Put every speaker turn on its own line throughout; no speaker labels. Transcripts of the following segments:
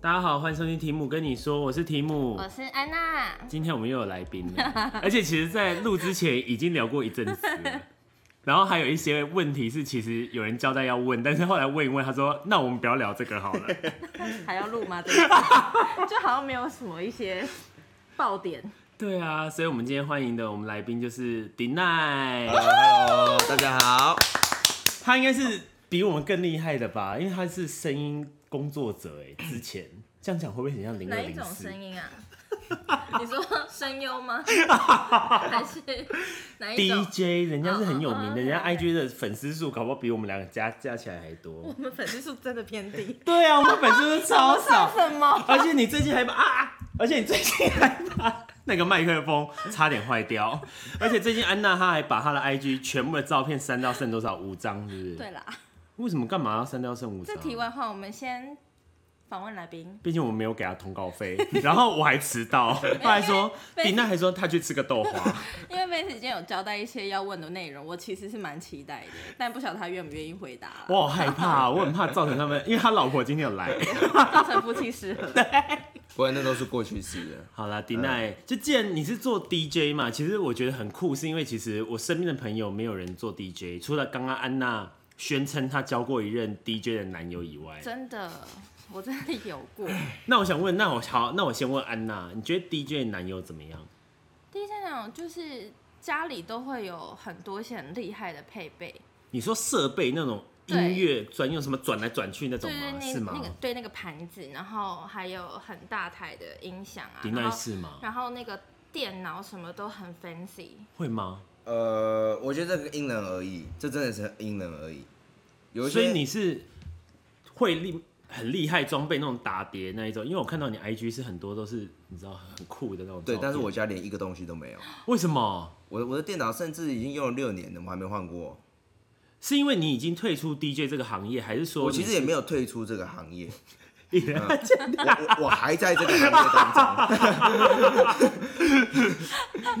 大家好，欢迎收听提姆跟你说，我是提姆
我。是安娜。
今天我们又有来宾了，而且其实，在录之前已经聊过一阵子 了。然后还有一些问题是，其实有人交代要问，但是后来问一问，他说：“那我们不要聊这个好了。
还要录 吗？这个就好像没有什么一些爆点。”
对啊，所以我们今天欢迎的我们来宾就是迪
哦
奈，
Hello，大 家好。
他应该是比我们更厉害的吧，因为他是声音工作者哎。之前这样讲会不会很像零
哪
二
一
零
种
四？
声 音啊？你说声优 吗？还是哪一种？
DJ，人家是很有名的，
哦哦哦
人家
OK，OK
IG 的粉丝数搞不好比我们两个加加起来还多
我。们粉丝数真的偏低。
对啊，我们粉丝数超
笑
少，
什么？
而且你最近还把啊，而且你最近还把 那个麦克风差点坏掉，而且最近安娜她还把她的 IG 全部的照片删到剩多少五张，是不是？
对。啦，
为什么干嘛要删掉剩五张
这？题外话，我们先访问来宾。
毕竟我没有给她通告费， 然后我还迟 到，她还说，
没
迪娜还说她去吃个豆花，
因为妹子今天有交代一些要问的内容，我其实是蛮期待的，但不晓得他愿不愿意回答啦，
我好害怕，啊我很怕造成他们，因为她老婆今天有来。
造成夫妻失 和。
不然那都是过去式了。
好啦，迪奈，就既然你是做 DJ 嘛，其实我觉得很酷，是因为其实我身边的朋友没有人做 DJ，除了刚刚安娜宣称她交过一任 DJ 的男友以外。
真的，我真的有过。
那我想问，那我好，那我先问安娜，你觉得 DJ 的男友怎么样？
第一现场就是家里都会有很多一些很厉害的配备，
你说设备那种音乐专用什么转来转去那种
就是
吗？
那
是吗
那个？对那个盘子，然后还有很大台的音响啊，
迪
然
奈
后
是吗？
然后那个电脑什么都很 fancy，
会吗？
呃，我觉得这个因人而异，这真的是因人而异。有一
所以
些
你是会厉很厉害装备那种打碟那一种，因为我看到你 IG 是很多都是你知道很酷的那种照片。
对，但是我家连一个东西都没有。
为什么？
我的我的电脑甚至已经用了六年了，我还没换过。
是因为你已经退出 DJ 这个行业，还是说
我其实也没嗯有退出这个行业，
你是
我我我还在这个行业当中。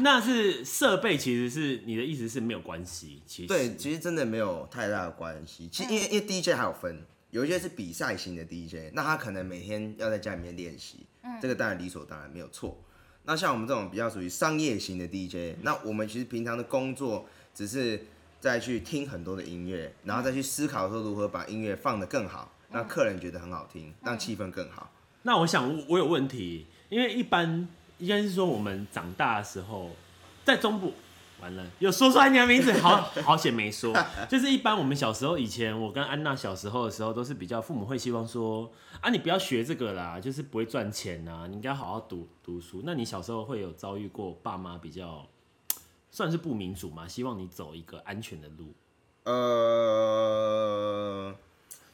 那是设备，其实是你的意思是没有关系，其实
对，其实真的没有太大的关系。其实因为因为 DJ 还有分，有一些是比赛型的 DJ，那他可能每天要在家里面练习，这个当然理所当然没有错。那像我们这种比较属于商业型的 DJ，那我们其实平常的工作只是再去听很多的音乐，然后再去思考说如何把音乐放得更好，让客人觉得很好听，让气氛更好。
那我想我我有问题，因为一般应该是说我们长大的时候，在中部完了有说出来你的名字，好好险没说。就是一般我们小时候以前，我跟安娜小时候的时候，都是比较父母会希望说啊，你不要学这个啦，就是不会赚钱呐、你应该好好读读书。那你小时候会有遭遇过爸妈比较算是不民主嘛，希望你走一个安全的路，
呃，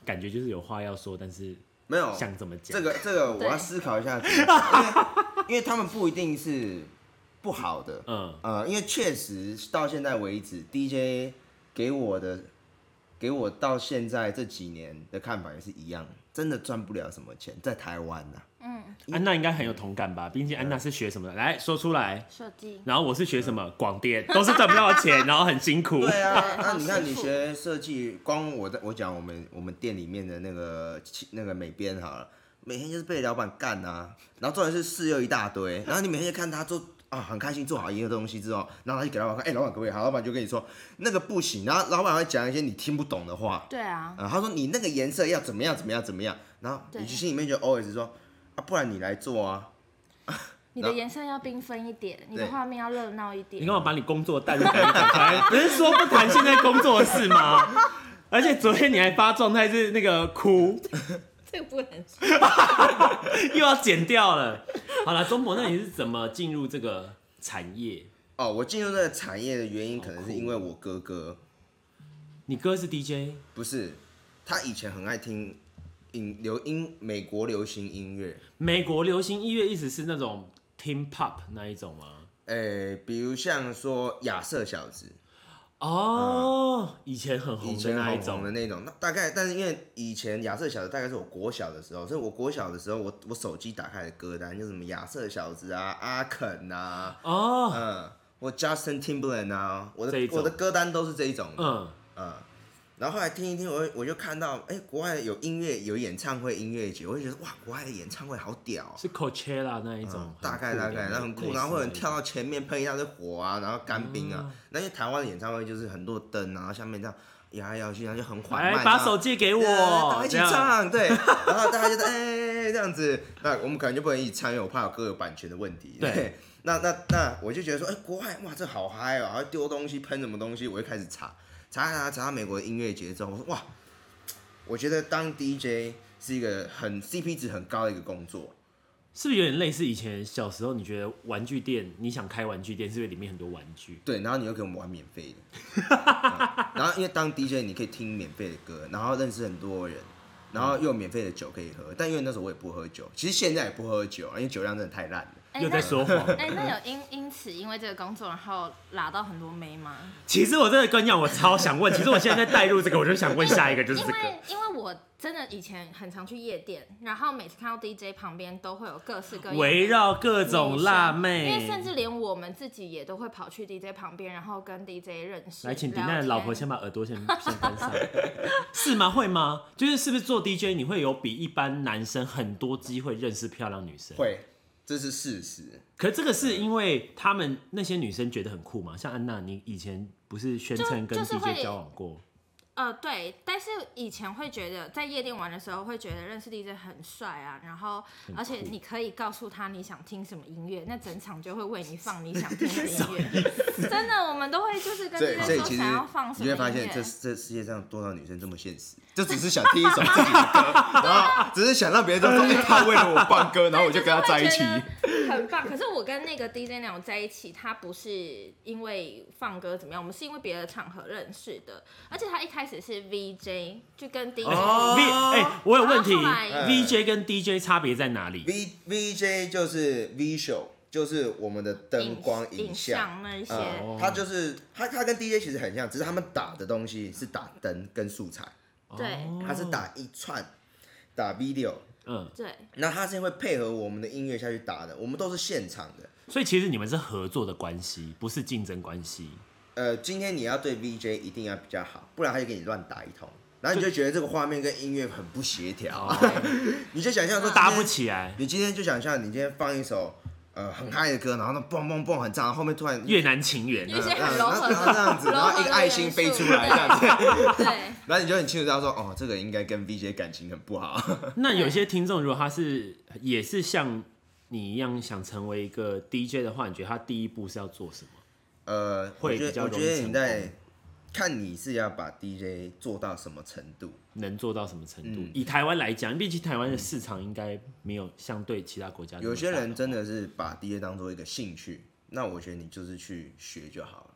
感觉就是有话要说，但是
没有，
想怎么讲
这，个这个我
对
要思考一下怎么讲，因为因为他们不一定是不好的，
嗯，
呃，因为确实到现在为止，DJ 给我的给我到现在这几年的看法也是一样，真的赚不了什么钱，在台湾啊呐、
安娜应该很有同感
嗯
吧？毕竟安娜是学什么的，来说出来。
设计
然后我是学什么广电， 都是赚不到钱，然后很辛苦。
对啊，
对
那你看
好辛
你
苦
学设计，光我在我讲我们我们店里面的那个其那个美编好了，每天就是被老板干啊，然后重点是事又一大堆，然后你每天就看他做啊很开心做好一个东西之后，然后他就给老板看，哎、老板可不可以？好，老板就跟你说那个不行，然后老板会讲一些你听不懂的话，
对啊，
啊，他说你那个颜色要怎么样怎么样怎么样，然后
对
你就心里面就 always 说啊，不然你来做啊，
你的颜色要缤纷一点，你的
对
画面要热闹一点。
你干嘛把你工作带入讲出来？ 不是说不谈现在工作的事吗？ 而且昨天你还发状态是那个哭，
这个不能说。
又要剪掉了。好了，中博，那你是怎么进入这个产业？
哦，我进入这个产业的原因可能
好
是
酷
因为我哥哥，
你哥是 DJ，
不是他以前很爱听音流音美国流行音乐，
美国流行音乐意思是那种 team pop 那一种吗？
诶，比如像说亚瑟小子，
哦，以前很红
以
的
前
那一
很红的
种，
那种，那大概，但是因为以前亚瑟小子大概是我国小的时候，所以我国小的时候，我我手机打开的歌单就什么亚瑟小子啊、阿肯啊，
哦，
嗯，我 Justin Timberland 啊，我
这一
的
种
我的歌单都是这一种的，
嗯，
嗯，然后后来听一听，我我就看到，哎、国外有音乐有演唱会音乐节，我就觉得哇，国外的演唱会好屌哦、
是 Coachella 那一种
嗯
很酷的，
大概大概，然后很酷，然后会有人跳
类哦
到前面喷一大堆火啊，然后干冰啊。那些台湾的演唱会就是很多灯啊，然后下面这样摇来摇去，然后就很
似
缓
的，哎，
慢。
把手借给
给
我，
大家一起
这样
唱，啊 对，然后大家就在哎、这样子，那我们可能就不能一起唱，因为我怕有歌有版权的问题。
对，
那那那我就觉得说，哎、国外哇，这好嗨哦，然后丢东西喷什么东西，我就开始查查查查到美国的音乐节奏，我说哇，我觉得当 DJ 是一个很 CP 值很高的一个工作。
是不是有点类似以前小时候你觉得玩具店，你想开玩具店，是不是里面很多玩具？
对，然后你又给我们玩免费的、 嗯然后因为当 DJ 你可以听免费的歌，然后认识很多人，然后又有免费的酒可以喝，但因为那时候我也不喝酒，其实现在也不喝酒，因为酒量真的太烂了。
哎
又在说谎。
那哎，那有因因此因为这个工作然后拉到很多妹吗？
其实我真的跟你讲，我超想问。其实我现在在带入这个，我就想问下一个，就是
因
这
为
个。
因为我真的以前很常去夜店，然后每次看到 DJ 旁边都会有各式各样的
围绕各
女
种
生
辣
因为
妹，
甚至连我们自己也都会跑去 DJ 旁边，然后跟 DJ 认识。
来，请迪
聊
娜的老婆
天
先把耳朵先先关上，是吗？会吗？就是是不是做 DJ 你会有比一般男生很多机会认识漂亮女生？。
会，这是事实。
可这个是因为他们那些女生觉得很酷嘛？像安娜，你以前不是宣称
就
跟
就是会
DJ 交往过？
呃，对，但是以前会觉得在夜店玩的时候，会觉得认识 DJ 很帅啊，然后而且你可以告诉他你想听什么音乐，那整场就会为你放你想 听的音乐。真的，我们都会就是跟
所以
DJ
所以
说
其实
想要放什
你
么音
会
乐。
发现这这世界上多少女生这么现实，就只 是想听一首自己的歌，然后只是想让别人知道说，哎、他为了我放歌，然后我就跟他在一起。
很棒。可是我跟那个 DJ 鸟在一起，他不是因为放歌怎么样，我们是因为别的场合认识的。而且他一开始是 VJ，就跟 DJ
哦
V 哎、我有问题
然后后来
，VJ 跟 DJ 差别在哪里？
V VJ 就是 visual，就是我们的灯光
影影
像
像那一些。
嗯，它就是它它跟 DJ 其实很像，只是他们打的东西是打灯跟素材，
对
哦
它是打一串打 video，
嗯，
对，
那它是会配合我们的音乐下去打的，我们都是现场的。
所以其实你们是合作的关系，不是竞争关系。
呃，今天你要对 VJ 一定要比较好，不然他就给你乱打一通，然后你就觉得这个画面跟音乐很不协调， 你就想象说
哦搭不
今天
起来，
你今天就想象你今天放一首呃很嗨的歌，然后那嘣嘣嘣很炸，然后后面突然呃
越南情缘
有一
啊，
些很柔和
然后这样子，然后一个爱心飞出来这样子，
对，
然后你就很清楚知道说，哦，这个应该跟 VJ 感情很不好。
嗯 那有些听众如果他是也是像你一样想成为一个 DJ 的话，你觉得他第一步是要做什么？
呃，我
会
觉
比较
得我
容易
觉得
成
你
功
在看你是要把 DJ 做到什么程度。
能做到什么程度？
嗯
以台湾来讲，毕竟台湾的市场应该没有相对其他国家那么大。
有些人真的是把 DJ 当做一个兴趣，那我觉得你就是去学就好了。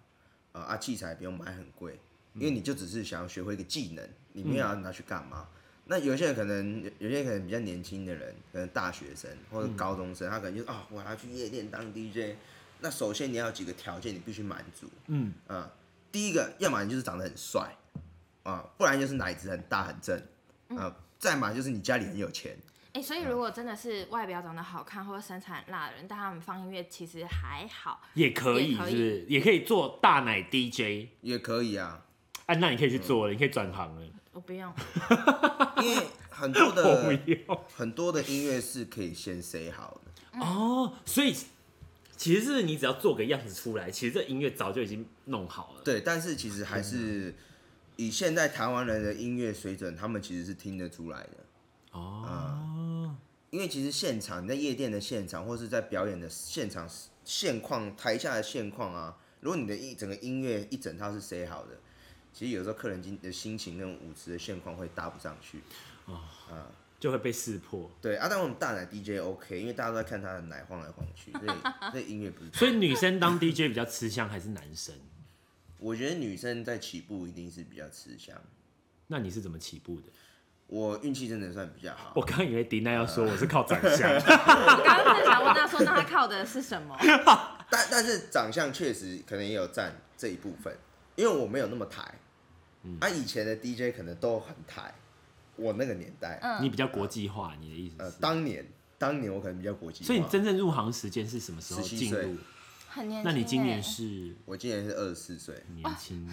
呃啊，器材不用买很贵，因为你就只是想要学会一个技能，你没有要拿去干嘛。那有些人可能，有有些人可能比较年轻的人，可能大学生或者高中生，他可能就是哦，我要去夜店当 DJ。那首先你要有几个条件，你必须满足。
嗯
啊，第一个，要么你就是长得很帅啊，不然就是奶子很大很正啊，再嘛就是你家里很有钱。
哎、所以如果真的是外表长得好看或者身材很辣的人，但他们放音乐其实还好。
也可以，
也
是
可
不
以
是？也可以做大奶 DJ。
也可以啊，
啊，那你可以去做了，你可以转行了。
我不用，
因为很多
我不
的
要。
很多的音乐是可以先 say 好的，
哦，所以其实是你只要做个样子出来，其实这音乐早就已经弄好了。
对，但是其实还是以现在台湾人的音乐水准，他们其实是听得出来的。
哦，
因为其实现场你在夜店的现场，或是在表演的现场现况，台下的现况啊，如果你的一整个音乐一整套是 say 好的，其实有时候客人今的心情跟舞池的现况会搭不上去。
就会被识破。
对啊，但我们大奶 DJ OK，因为大家都在看他的奶晃来晃 去，所以所以音乐不是。
所以女生当 DJ 比较吃香，还是男生？
我觉得女生在起步一定是比较吃香。
那你是怎么起步的？
我运气真的算比较好
我，刚以为迪娜要说我是靠长 相，
我刚刚在想问他说，那他靠的是什么？
但但是长相确实可能也有占这一部分，因为我没有那么抬。
嗯
啊，以前的 DJ 可能都很抬，我那个年代，
你比较国际化，你的意思
呃，
是？
当年当年我可能比较国际化。
所以你真正入行时间是什么时候
17
进
岁
入？
很年轻、欸。
那你今年是
哦
我今年是二十四岁，
年轻，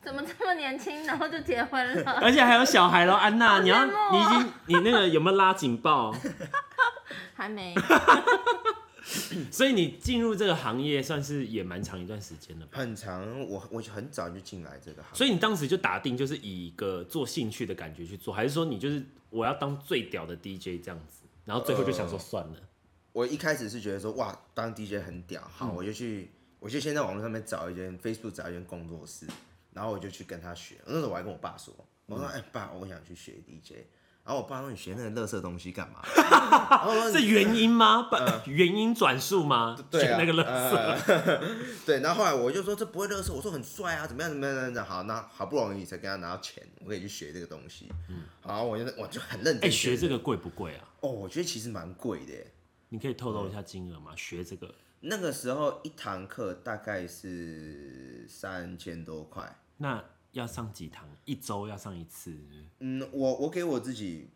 怎么这么年轻，然后就结婚了？
而且还有小孩喽，安娜，你要
羡慕哦
你已经你那个有没有拉警报？
还没，
所以你进入这个行业算是也蛮长一段时间了吧？
很长，我我很早就进来这个行业，
所
以
以你当时就打定就是以一个做兴趣的感觉去做，还是说你就是我要当最屌的 DJ 这样子，然后最后就想说算了，
我一开始是觉得说哇，当 DJ 很屌，
嗯
好，我就去，我就先在网络上面找一间 Facebook 找一间工作室，然后我就去跟他学。那时候我还跟我爸说，我说
嗯
哎、爸，我想去学 DJ，然后我爸说你学那个垃圾东西干 嘛？然后我说
是
你
原因吗？不，原因转述吗？
呃对
选
啊，
那个乐色，
呃 对，然后后来我就说这不会乐色，我说很帅啊，怎么样怎么样怎么样。好，那好不容易才跟他拿到钱，我可以去学这个东西。嗯，好，我就我就很认真。
哎，学这个贵不贵啊？
哦，我觉得其实蛮贵的耶。
你可以透
嗯
露一下金额吗？学这个，
那个时候一堂课大概是三千多块。
那要上几堂？一周要上一次？
嗯，我我给我自己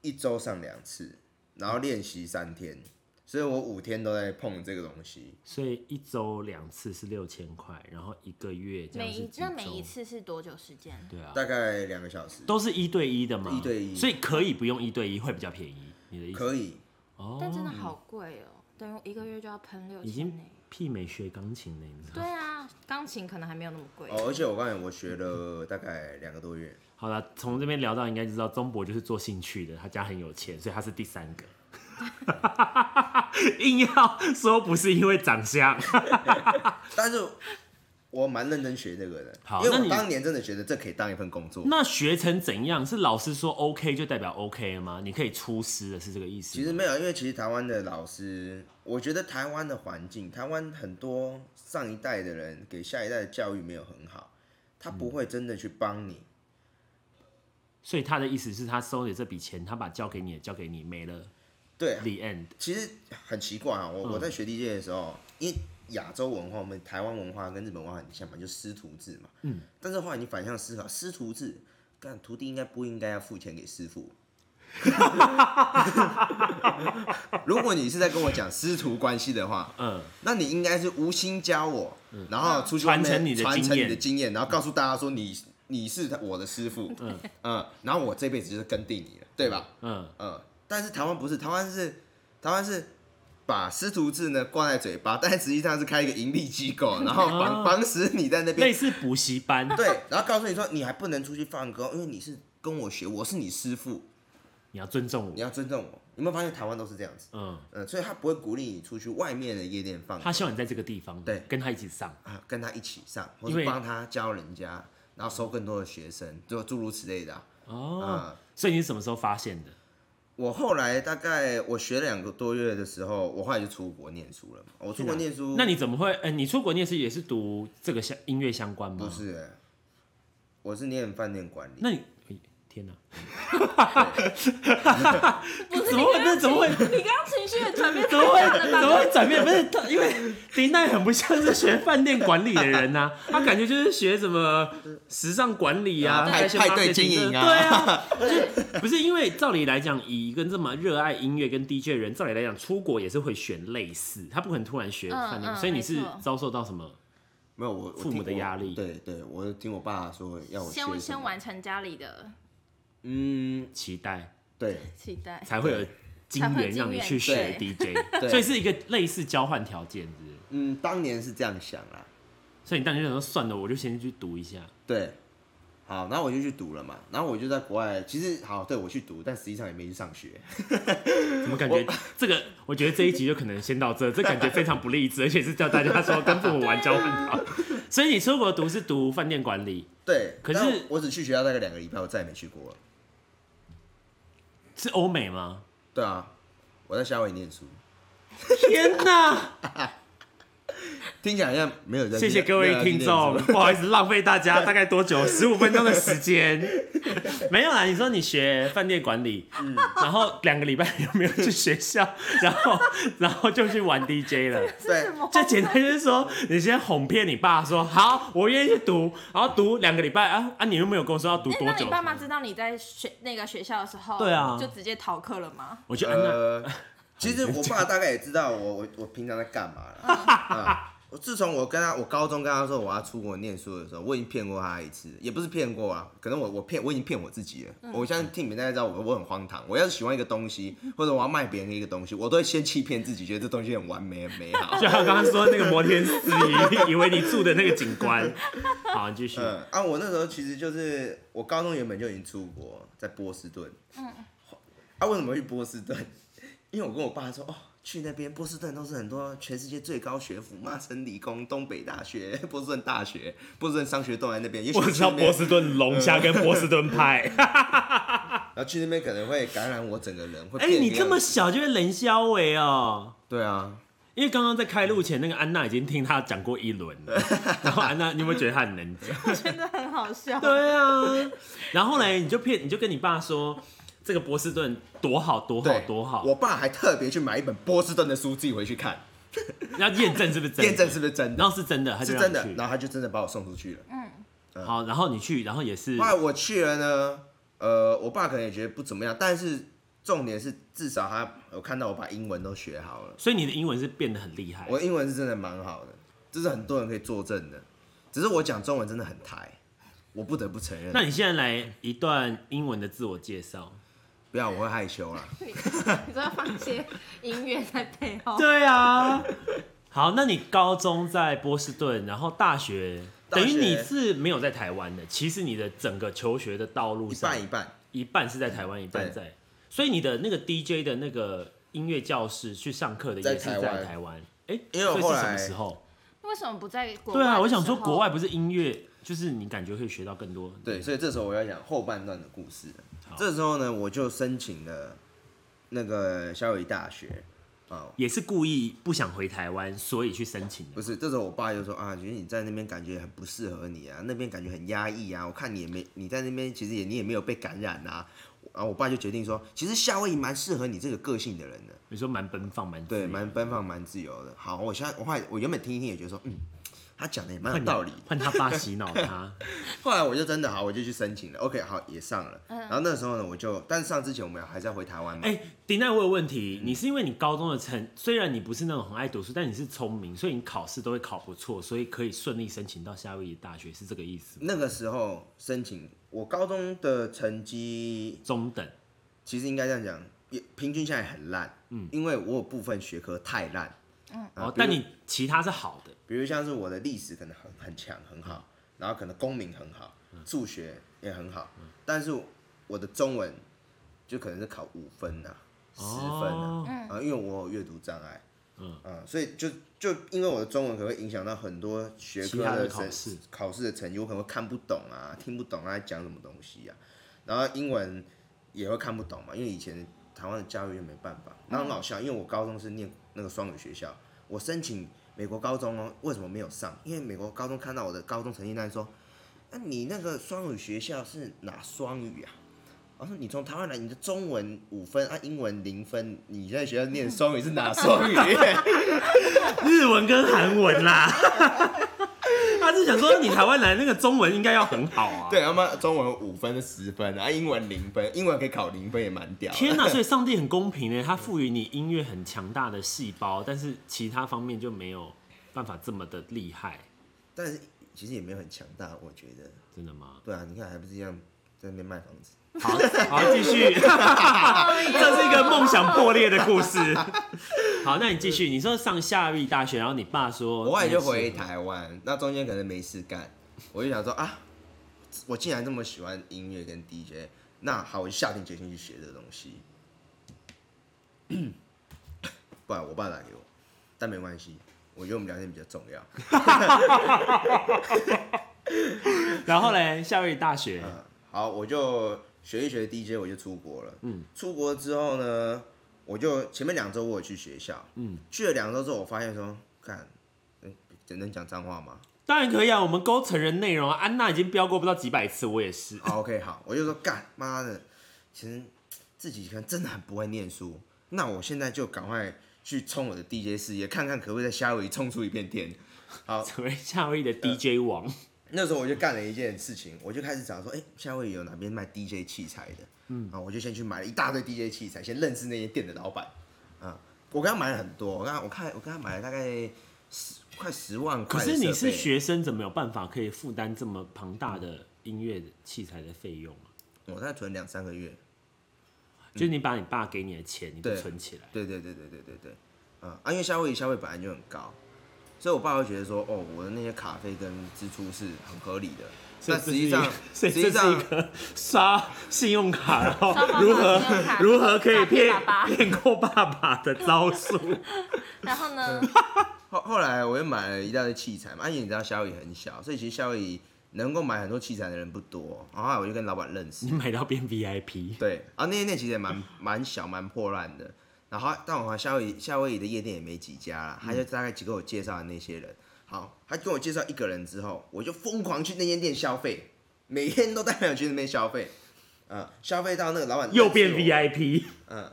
一周上两次，然后练习三天，所以我五天都在碰这个东西。
所以一周两次是六千块，然后一个月这样
每
是
一
几
那每
周
一次是多久时间？
对啊，
大概两个小时，
都是一对一的嘛，
一对一
所以可以不用一对一，会比较便宜。你的意思？
可以。
哦
但真的好贵哦，等于一个月就要喷六
已
千
经
呢。
媲美学钢琴了，你知道
对
吗？
啊，钢琴可能还没有那么贵。
哦，而且我告诉你，我学了大概两个多月。
好了，从这边聊到，应该知道钟博就是做兴趣的，他家很有钱，所以他是第三个。 硬要说不是因为长相，
但是我蛮认真学这个的，
好
因为
那
我
你
当年真的觉得这可以当一份工作。
那学成怎样？是老师说 OK 就代表 OK 了吗？你可以出师了，是这个意思吗？
其实没有，因为其实台湾的老师，我觉得台湾的环境，台湾很多上一代的人给下一代的教育没有很好，他
嗯
不会真的去帮你。
所以他的意思是他收了这笔钱，他把交给你的交给你，没了
对，啊
，the end。
其实很奇怪啊、
嗯
我我在学历界的时候，因为亚洲文化，我们台湾文化跟日本文化很像嘛，就师徒制嘛。嗯。但是后来你反向思考，师徒制，干徒弟应该不应该要付钱给师傅？ 如果你是在跟我讲师徒关系的话，
嗯，
那你应该是无心教我，然后出去外面
传承你的
传承
经
你
验
的经验，然后告诉大家说你你是我的师傅，嗯然后我这辈子就是跟定你了，对吧？
嗯，
嗯，但是台湾不是，台湾是台湾是把师徒制呢挂在嘴巴，但实际上是开一个盈利 机构，然后
啊
绑绑死你在那边
类似补习班，
对，然后告诉你说你还不能出去放歌，因为你是跟我学，我是你师傅，
你要尊重
你
我。
要尊重我。你有没有发现台湾都是这样子？
嗯，
嗯，所以他不会鼓励你出去外面的夜店放歌
他希望你在这个地方，
对
跟他一起上。
啊，跟他一起上，或
因为
是帮他教人家，然后收更多的学生，就诸如此类的啊、
哦，
啊
所以你是什么时候发现的？
我后来大概我学了两个多月的时候，我后来就出国念书了嘛。我出国念书，
那你怎么会？呃，你出国念书也是读这个相音乐相关吗？
不。是、欸，我是念饭店管理。
嗯那你哎天哪，
不
怎
是
么会
你刚
那怎么会
情你刚刚情绪的转变
怎么会
太
怎
大了吧？
么会转变？不是他，因为林奈很不像是学饭店管理的人呐、他感觉就是学什么时尚管理啊、
啊派
些
派对
marketing
经营
对
啊
啊，就不是因为照理来讲，以一个这么热爱音乐跟 DJ 的人，照理来讲出国也是会选类似，他不可能突然学饭店，
嗯嗯
所以你是
没错
遭受到什么？
没有我我
父母的
听我
压力
对对，我听我爸说要我学
先
什
先
么
完成家里的
嗯，
期待。
对
期待，
才会有金
才会
源
有
让你去
金
学
源
DJ，
对
所以是一个类似交换条件，是不是？
嗯，当年是这样想啦。
所以你当时就想说，算了，我就先去读一下。
对，好，然后我就去读了嘛，然后我就在国外，其实好，对我去读，但实际上也没去上学。
怎么感觉这个？我觉得这一集就可能先到这，这感觉非常不励志，而且是叫大家说跟父母玩交换条。所以你出国读是读饭店管理，
对，
可是
但我只去学校大概两个礼拜，我再也没去过了。
是欧美吗？
对啊，我在夏威夷念书，
天哪！
听起来好像没有在。
谢谢各
没
位
有在去
听
念书
众，不好意思浪费大家大概多久十五分钟的时间。没有啦，你说你学饭店管理，嗯，然后两个礼拜有没有去学校，然后然后就去玩 DJ 了。
对
是什么
最简单就是说，你先哄骗你爸说好，我愿意去读，然后读两个礼拜啊啊！你又没有跟我说要读
哎
多
那
久
你？爸妈知道你在学那个学校的时候，
对啊
就直接逃课了吗？
呃
我就安娜，
呃，其实我爸大概也知道我我我平常在干嘛了。啊我自从我跟他，我高中跟他说我要出国念书的时候，我已经骗过他一次，也不是骗过啊，可能我我骗我已经骗我自己了。我相信听你们大家知道我我很荒唐，我要是喜欢一个东西，或者我要卖别人一个东西，我都会先欺骗自己，觉得这东西很完美很美好。
就像刚刚说那个摩天司 仪，以为你住的那个景观。好，你继续。
嗯，啊，我那时候其实就是我高中原本就已经出国，在波士顿。嗯，啊，为什么会去波士顿？因为我跟我爸说，哦，去那边波士顿都是很多全世界最高学府，麻省理工、东北大学、 波士顿大学、波士顿商学都在那 边。因为
我知道
去那边
波士顿龙虾跟波士顿派。
呃然后去那边可能会感染我整个人，会
哎、
变个样子。
你这么小就会冷消尾哦。
对啊，
因为刚刚在开录前，那个安娜已经听他讲过一轮了，然后安娜，你有没有觉得他很能 讲？
真的很好笑。
对啊，然后后来你就骗，你就跟你爸说这个波士顿多好多好
对，
多好，
我爸还特别去买一本波士顿的书，自己回去看，
要验证是不是真的？
验证是不是真的，
然后是真的，他就是让
真
你
的，
去
然后他就真的把我送出去了。
好，然后你去，然后也是
后来我去了呢，呃，我爸可能也觉得不怎么样，但是重点是至少他有看到我把英文都学好了，
所以你的英文是变得很厉害。
我英文是真的蛮好的，这是很多人可以作证的。只是我讲中文真的很台，我不得不承认
那。你现在来一段英文的自我介绍。
不要，我会害羞啦。
你你知道放一些音乐在背后，
对啊， 好，那你高中在波士顿，然后大学
大学
等于你是没有在台湾的，其实你的整个求学的道路
一
上
半一半，
一半是在台湾，一半在，所以你的那个 DJ 的那个音乐教室去上课的也是
在台湾
在台湾。哎、
因为我
所以
后
是什
来
么时候？
为什么不在国外？
对啊，我想说国外。不是音乐，就是你感觉可以学到更多。
对，所以这时候我要讲后半段的故事了
好。
这时候呢，我就申请了那个夏威夷大学啊、
也是故意不想回台湾，所以去申请的
不。是，这时候我爸就说啊，觉得你在那边感觉很不适合你啊，那边感觉很压抑啊。我看你也没你在那边，其实也你也没有被感染啊。然后我爸就决定说，其实夏威夷蛮适合你这个个性的人的，
你说蛮奔放，蛮自
对，
由
蛮奔放，蛮自由的。好，我现在我后来我原本听一听也觉得说，嗯，他讲的也蛮有
换
道理。
换他爸洗脑他。
后来我就真的好，我就去申请了。OK，好，也上了。然后那时候呢，我就，但是上之前我们还是要回台湾嘛。
哎、迪奈，我有问题。你是因为你高中的成，虽然你不是那种很爱读书，但你是聪明，所以你考试都会考不错，所以可以顺利申请到夏威夷大学，是这个意思吗？
那个时候申请，我高中的成绩
中等，
其实应该这样讲，也平均下来很烂，嗯，因为我有部分学科太烂，嗯，
哦，但你其他是好的，
比如像是我的历史可能很很强很好，然后可能公民很好，数学也很好，但是我的中文就可能是考五分呐、十分啊，
哦
啊，因为我有阅读障碍，
嗯
啊，所以就就因为我的中文可能会影响到很多学
其
科
他的
成
考试
考试的成绩，我可能会看不懂啊，听不懂他在讲什么东西啊，然后英文也会看不懂嘛，因为以前台湾的教育又没办法，然后很好笑，因为我高中是念那个双语学校，我申请美国高中哦，为什么没有上？因为美国高中看到我的高中成绩单说，那、你那个双语学校是哪双语啊？我说你从台湾来，你的中文五分啊，英文零分，你在学校念双语是哪双语？
日文跟韩文啦。 他是想说你台湾来那个中文应该要很好啊。
对，他妈中文五分是十分啊，英文零分，英文可以考零分也蛮屌的。
天 哪！所以上帝很公平呢，他赋予你音乐很强大的细胞，但是其他方面就没有办法这么的厉害，
但是其实也没有很强大，我觉得。
真的吗？
对啊，你看还不是一样在那边卖房子。
好，好，继续。 这是一个梦想破裂的故事。好，那你继续。你说上夏威夷大学，然后你爸说，
我后来就回。台湾，那中间可能没事干，我就想说啊，我竟然这么喜欢音乐跟 DJ，那好，我就下定决心去学这个东西。 不然我爸打给我，但没关系，我觉得我们聊天比较重要。
然后嘞，夏威夷大学，
好，我就学一学 DJ，我就出国了。嗯，出国之后呢，我就前面两周我有去学校，嗯，去了两周之后，我发现说，看，嗯，能讲脏话吗？
当然可以啊。我们勾成人内容啊，安娜已经标过不知道几百次，我也是。
好，OK，好，我就说干，妈的，其实自己可能真的很不会念书，那我现在就赶快去冲我的 DJ 事业，看看可不可以在夏威夷冲出一片天。
成为夏威夷的 DJ 王，
那时候我就干了一件事情，我就开始找说，哎、夏威夷有哪边卖 DJ 器材的？嗯，啊，我就先去买了一大堆 DJ 器材，先认识那些店的老板。啊，我跟他买了很多，我跟他我看我跟他买了大概十快十万
可
块的
是
设备。
你是学生，怎么有办法可以负担这么庞大的音乐器材的费用啊？
我在存两三个月。嗯
就是你把你爸给你的钱，你不
对
存起来，
对对对对对对对，啊、啊，因为夏威夷消费本来就很高，所以我爸会觉得说，哦，我的那些卡费跟支出是很合理的。
所以
但
这
实
是
际
一个， 所以这是一
上实际上，
个刷信用卡，然后
刷爆
如
爆
何
信用卡
如何可以
诈骗
骗
爸爸
骗过爸爸的招 数。
然后呢，
嗯
后后来我又买了一大堆器材嘛，啊因为你知道夏威夷很小，所以其实夏威夷能够买很多器材的人不多。然后后来我就跟老板认识
你，买到变 VIP，
对啊，那间店其实也蛮蛮小、蛮破烂的。然后，但我好像夏威夷夏威夷的夜店也没几家啦，他就
嗯
大概只给我介绍的那些人。好，他跟我介绍一个人之后，我就疯狂去那间店消费，每天都带朋友去那边消费，嗯，消费到那个老板
又变
认识我
VIP，
嗯，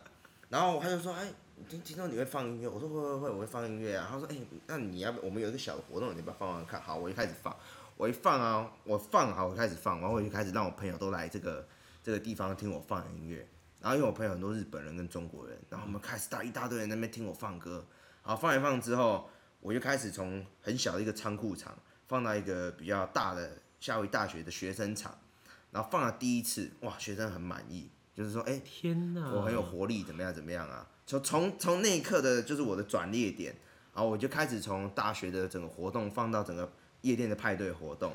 然后他就说，哎，听听说你会放音乐，我说会会会，我会放音乐啊。他说，哎，那你要不我们有一个小活动，你要不要放放看？好，我就开始放，我一放啊，我放好，我开始放，然后我就开始让我朋友都来这个这个地方听我放音乐。然后因为我朋友很多日本人跟中国人，然后我们开始大一大堆人在那边听我放歌。好，放一放之后，我就开始从很小的一个仓库场放到一个比较大的夏威夷大学的学生场，然后放了第一次，哇，学生很满意，就是说，哎，
天哪！
我很有活力，怎么样怎么样啊？就从从那一刻的，就是我的转捩点，然后我就开始从大学的整个活动放到整个夜店的派对活动，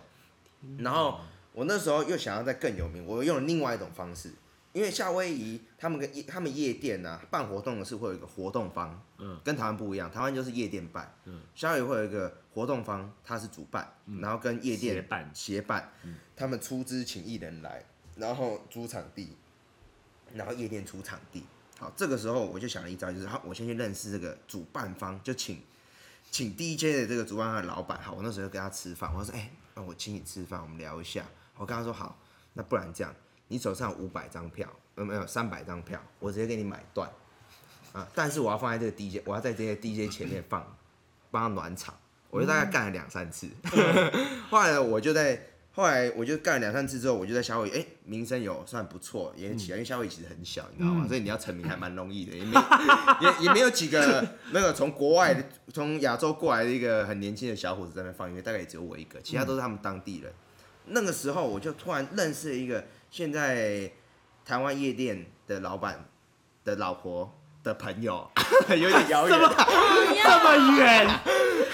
然后我那时候又想要再更有名，我用了另外一种方式，因为夏威夷他们跟夜他们夜店啊办活动的是会有一个活动方，嗯，跟台湾不一样，台湾就是夜店办，嗯，夏威夷会有一个活动方，他是主办，然后跟夜
协
店
办
协办，他们出资请艺人来，然后租场地，然后夜店出场地。好，这个时候我就想了一招，就是好，我先去认识这个主办方，就请请 DJ 的这个主办方的老板。好，我那时候就跟他吃饭，我说，哎、那我请你吃饭，我们聊一下。我跟他说好，那不然这样，你手上五百张票，呃，没有三百张票，我直接给你买断啊，但是我要放在这个 DJ，我要在这些 DJ 前面放，帮他暖场。我就大概干了两三次， 后来我就在后来我就干了两三次之后，我就在夏威夷，哎、名声有算不错，也起来，因为夏威夷其实很小，你知道吗？所以你要成名还蛮容易的，也没 也也没有几个那个从国外的从亚洲过来的一个很年轻的小伙子在那放音乐，大概也只有我一个，其他都是他们当地人。那个时候我就突然认识了一个现在台湾夜店的老板的老婆的朋友， 有点遥远。
这么远，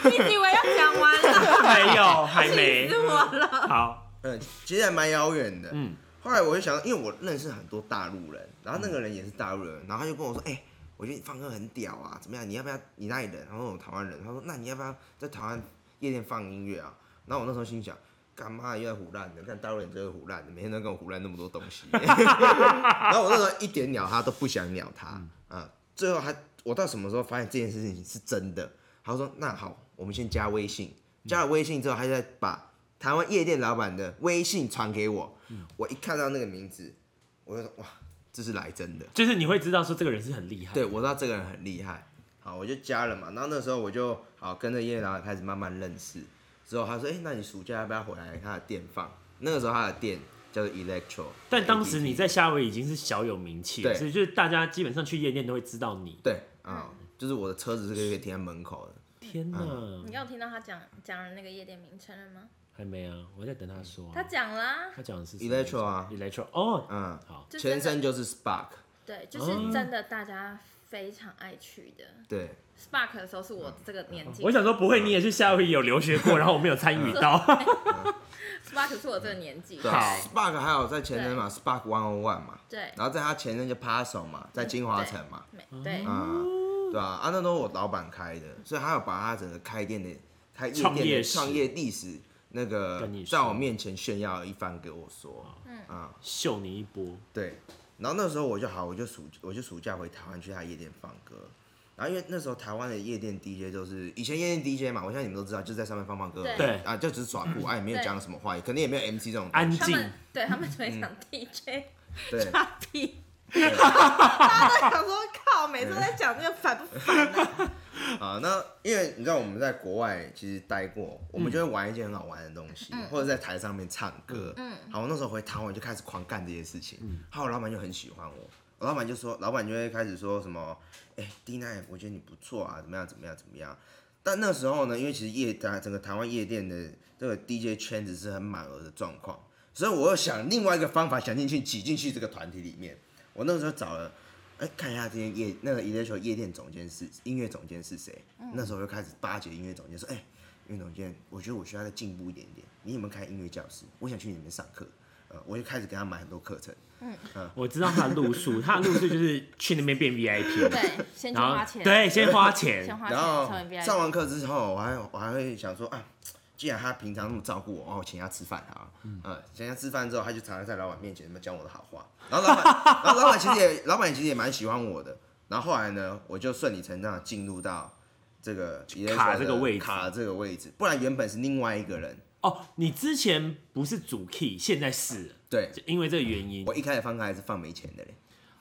你以为要讲完了？
没有， 还没
气死我了！
好，
嗯，其实还蛮遥远的。
嗯
嗯，后来我就想，因为我认识很多大陆人，然后那个人也是大陆人，然后他就跟我说，哎、我觉得你放歌很屌啊，怎么样？你要不要？你那里人？然后我台湾人，他说，那你要不要在台湾夜店放音乐啊？然后我那时候心想，干嘛又在胡乱的？看大陆人就是胡乱的，每天都跟我胡乱那么多东西。然后我那时候一点鸟他都不想鸟他，啊、最后他我到什么时候发现这件事情是真的？他说那好，我们先加微信，加了微信之后，他就在把台湾夜店老板的微信传给我，
嗯
我一看到那个名字，我就说哇，这是来 真的。
就是你会知道说这个人是很厉害，
对，我知道这个人很厉害，好，我就加了嘛。然后那时候我就好跟着叶老板开始慢慢认识。之后他说：“哎、那你暑假要不要回来他的店放？”那个时候他的店叫做 Electro，
但当时
APP
你在夏威夷已经是小有名气了，
对
所以就是大家基本上去夜店都会知道你。
对啊、就是我的车子是可以停在门口的。
天哪，
嗯
你有听到他讲讲了那个夜店名称了吗？
还没啊，我在等他说啊、
他讲啦、
他讲的是
Electro 啊
，Electro 哦，
嗯，
好，
就真
前
的
身就是 Spark，
对，
哦
就是真的大家非常爱去的。
对，
Spark 的时候是我这个年纪，
我想说不会你也去夏威夷有留学过，然后我没有参与到，
嗯 Spark 是我这个年纪。
对啊
好
，Spark 还有在前身嘛，Spark One On One 嘛，
对
然后在他前身就 Paso 嘛，在金华城嘛，
没
哦
对，
啊、对啊，啊，那都是我老板开的，所以他有把他整个开店的开夜
创
店
业
的
史
创业历史那个
跟你说哦
在我面前炫耀一番给我说，啊、
秀你一波，
对，然后那时候我就好，我就暑我就暑假回台湾去他夜店放歌。然后因为那时候台湾的夜店 DJ 都是以前夜店 DJ 嘛，我相信你们都知道，就是在上面放放歌而已，
对
啊，就只是耍酷，啊，也没有
对
讲什么话，也肯定也没有 MC 这种东
安
西
他
静，
们对他们就会讲 DJ
对，
大屁。大家都想说靠，每次都在讲这个烦不烦啊？
啊，那因为你知道我们在国外其实待过，我们就会玩一件很好玩的东西，或者在台上面唱歌。嗯，好，我那时候回台湾我就开始狂干这些事情，还有老板就很喜欢我，我老板就说，老板就会开始说什么，哎、d 奈，我觉得你不错啊，怎么样怎么样怎么样。但那时候呢，因为其实夜台整个台湾夜店的这个 DJ 圈子是很满额的状况，所以我又想另外一个方法想进去挤进去这个团体里面。我那时候找了，哎、看一下这些夜那个 electro 夜店总监是音乐总监是谁？那时候就开始巴结音乐总监，说哎、音乐总监，我觉得我需要再进步一点点，你有没有开音乐教室？我想去你们上课。呃，我就开始给他买很多课程，
我知道他的路 数，他的路数就是去那边变 VIP，
对，先去
然
花
后
钱，，
对，先花钱，
先花钱
然后
成为 VIP。
上完课之后，我还我还会想说啊，既然他平常那么照顾我，哦，请他吃饭啊，嗯，请他吃饭之后，他就常常在老板面前那么讲我的好话，然后老板，然后老板其实也，老板其实也蛮喜欢我的，然后后来呢，我就顺理成章的进入到这个
卡这个位置
卡这个位置，不然原本是另外一个人，
哦，你之前不是主 key，现在是了，
对
就因为这个原因。
我一开始放开还是放没钱的嘞，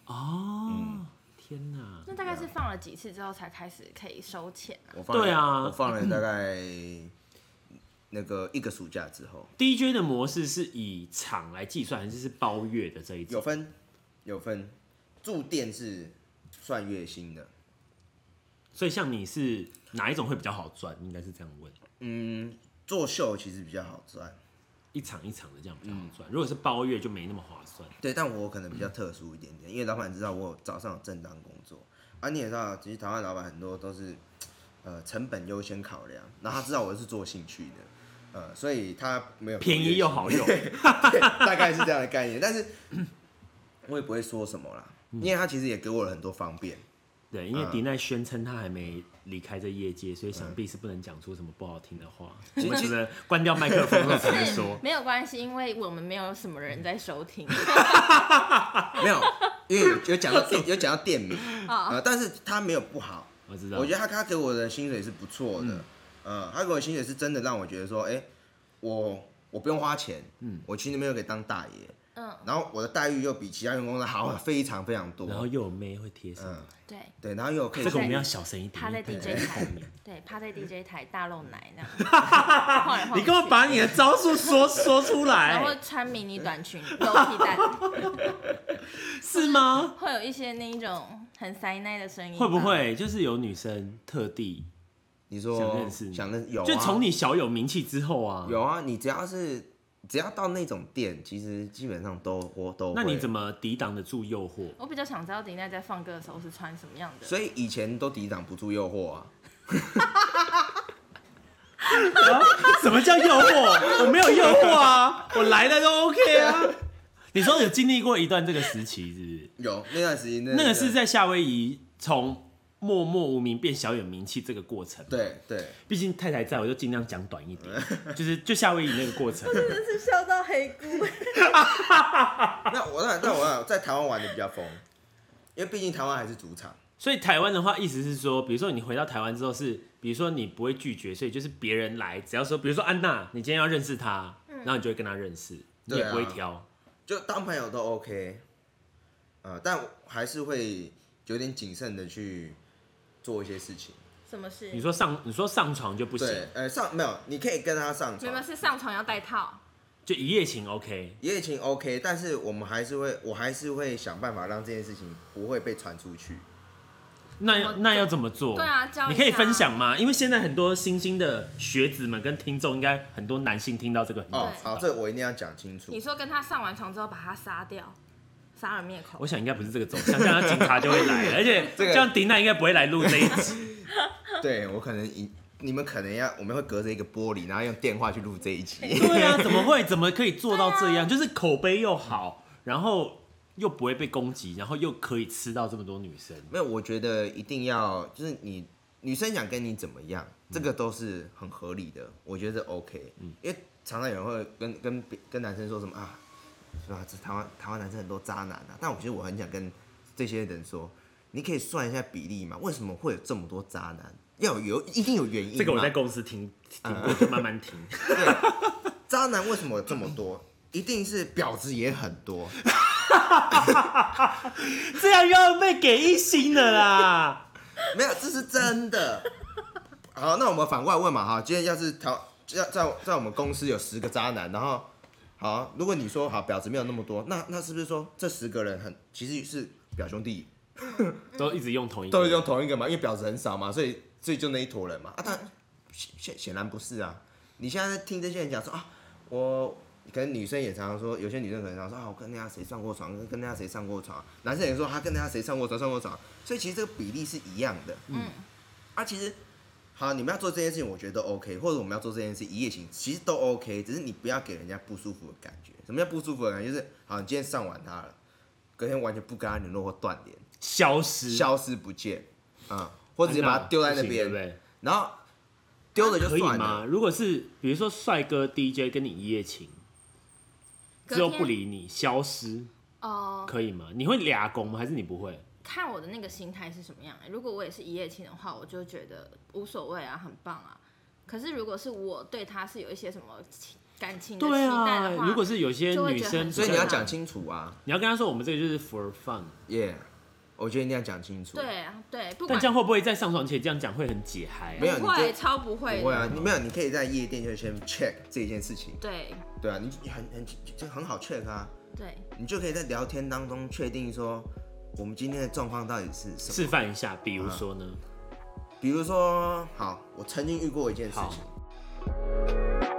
哦，天哪！
那大概是放了几次之后才开始可以收钱啊？。
我放了
对啊
我 放了大概那个一个暑假之后，
DJ 的模式是以场来计算，还是是包月的这一种？
有分，有分，住店是算月薪的，
所以像你是哪一种会比较好赚？应该是这样问，
嗯，做秀其实比较好赚，
一场一场的这样比较好赚。如果是包月就没那么划 算。
对，但我可能比较特殊一点点，因为老板知道我有早上有正当工作，啊，你也知道，其实台湾老板很多都是，呃，成本优先考量，然后他知道我是做兴趣的，呃，所以他没有
便宜又好用，
大概是这样的概念，但是我也不会说什么啦，因为他其实也给我了很多方便，
对，因为迪奈宣称他还没离开这业界，所以想必是不能讲出什么不好听的话。嗯我们只能关掉麦克风后才能说
没有关系，因为我们没有什么人在收听。
没有，因为有有讲到店有讲到店名，呃，但是他没有不好。
我知道，嗯
我觉得他他给我的薪水是不错的，呃，他给我的薪水是真的让我觉得说，哎、我我不用花钱，嗯，我去那边又可以当大爷，
嗯，
然后我的待遇又比其他员工的好非常非常多，
然后又有妹会贴上，
嗯
对
对，然后又可以
这个我们要小声一点。
趴在
因为
DJ
在
台
后面。
对，趴在 DJ 台大露奶 那样，晃来晃
嗯你
去
给我把你的招数说说出
然后
来，
穿迷你短裙、
嗯
露屁蛋，
是吗？
会有一些那一种很塞奶的声音。
会不？会就是有女生特地
你说
想认识你
想认识有、啊，
就从你小有名气之后啊？
有啊，你只要是只要到那种店，其实基本上都我都
那你怎
么？
么抵挡得住诱 惑？
我比较想知道迪奈在放歌的时候是穿什么样的。
所以以前都抵挡不住诱惑啊，
啊什么叫诱惑？我没有诱惑啊， 我来了都 OK 啊。你说有经历过一段这个时期，是不是？
有那段时间
那个是在夏威夷从默默无名变小有名气这个过程。，
对对，
毕竟太太在，我就尽量讲短一点，就是就夏威夷那个过 程。
真是笑到黑姑。
那我那那我那在台湾玩的比较疯，因为毕竟台湾还是主场。
所以台湾的话，意思是说，比如说你回到台湾之后是，比如说你不会拒绝，所以就是别人来，只要说，比如说安娜，你今天要认识她，然后你就会跟她认识，你也
嗯对啊
不会挑。
就当朋友都 OK，呃，但我还是会有点谨慎的去做一些事情。
什么事？
你说上，你说上床就不行，
对，呃，上没有，你可以跟他上
没有
床，
是上床要戴套。
就一夜情 OK。
也已经 OK，但是我们还是会，我还是会想办法让这件事情不会被传出去。
那
怎么
要那要怎么做？
对啊教一下
你可以分享吗？因为现在很多新兴的学子们跟听众，应该很多男性听到这个很
哦，
对
好，这我一定要讲清楚
你。说跟他上完床之后把他杀掉，杀人灭 口
我。想应该不是这个走向，这样警察就会 来，而且
这个
这样迪娜应该不会来录这一集。
对我可能一，你们可能要，我们会隔着一个玻璃，然后用电话去录这 一集。
对啊，怎么会怎么可以做到这样？ 就是口碑又好，然后又不会被攻击，然后又可以吃到这么多女生。
没有，我觉得一定要，就是你女生想跟你怎么样，这个都是很合理的，我觉得这 OK。因为
嗯
常常有人会跟跟别跟男生说什么啊，是吧？这台湾台湾男生很多渣男啊，但我觉得我很想跟这些人说，你可以算一下比例嘛，为什么会有这么多渣男？要有一定有原因嘛。
这个我在公司听听过，就慢慢 听。
渣男为什么有这么多？一定是婊子也很多，
这样又要被给一星的啦。
没有，这是真的。好，那我们反过来问嘛，哈，今天要是台要在在我们公司有十个渣男，然后好，如果你说好婊子没有那么多，那那是不是说这十个人很其实是表兄弟，
都一直用同一个，
都是用同一个嘛？因为婊子很少嘛，所以所以就那一坨人嘛。啊，但显显显然不是啊。你现在听这些人讲说啊，我可能女生也常常说，有些女生可能常说啊，我跟那家谁上过床，跟跟那家谁上过床。男生也说他跟那家谁上过床，上过床。所以其实这个比例是一样的。嗯。啊，其实好，你们要做这件事情，我觉得都 OK，或者我们要做这件事一夜情，其实都 OK，只是你不要给人家不舒服的感觉。什么叫不舒服的感觉？就是好，你今天上完他了，隔天完全不跟他联络或断联。
消失，
消失不见，嗯，或者直接把它丢在那
啊不行对不
边，
对？
然后丢了就
可以
算
吗
了。？
如果是比如说帅哥 DJ 跟你一夜情，
隔
之后不
天
理你，消失，
哦、
可以吗？你会俩拱吗？还是你不会？
看我的那个心态是什么样、欸。如果我也是一夜情的话，我就觉得无所谓啊，很棒啊。可是如果是我对他是有一些什么情感情的
对
期待
啊
的话，，
如果是有些
就会
女
觉得
生，
很
所以你要讲
对
清楚啊，
你要跟她说，我们这个就是 for fun。
耶、我觉得你要讲清楚。，
对啊，对，
但
不管
这样会不会在上床前这样讲会很解嗨、
没
啊？
有
不
你就
会超不会的，
不会啊，你没有，你可以在夜店就先 check 这件事情，
对
对啊，你你很很这很好 check 啊，
对
你就可以在聊天当中确定说我们今天的状况到底是什么。
示范一下，比如说呢？
比如说，好，我曾经遇过一件事
好
情，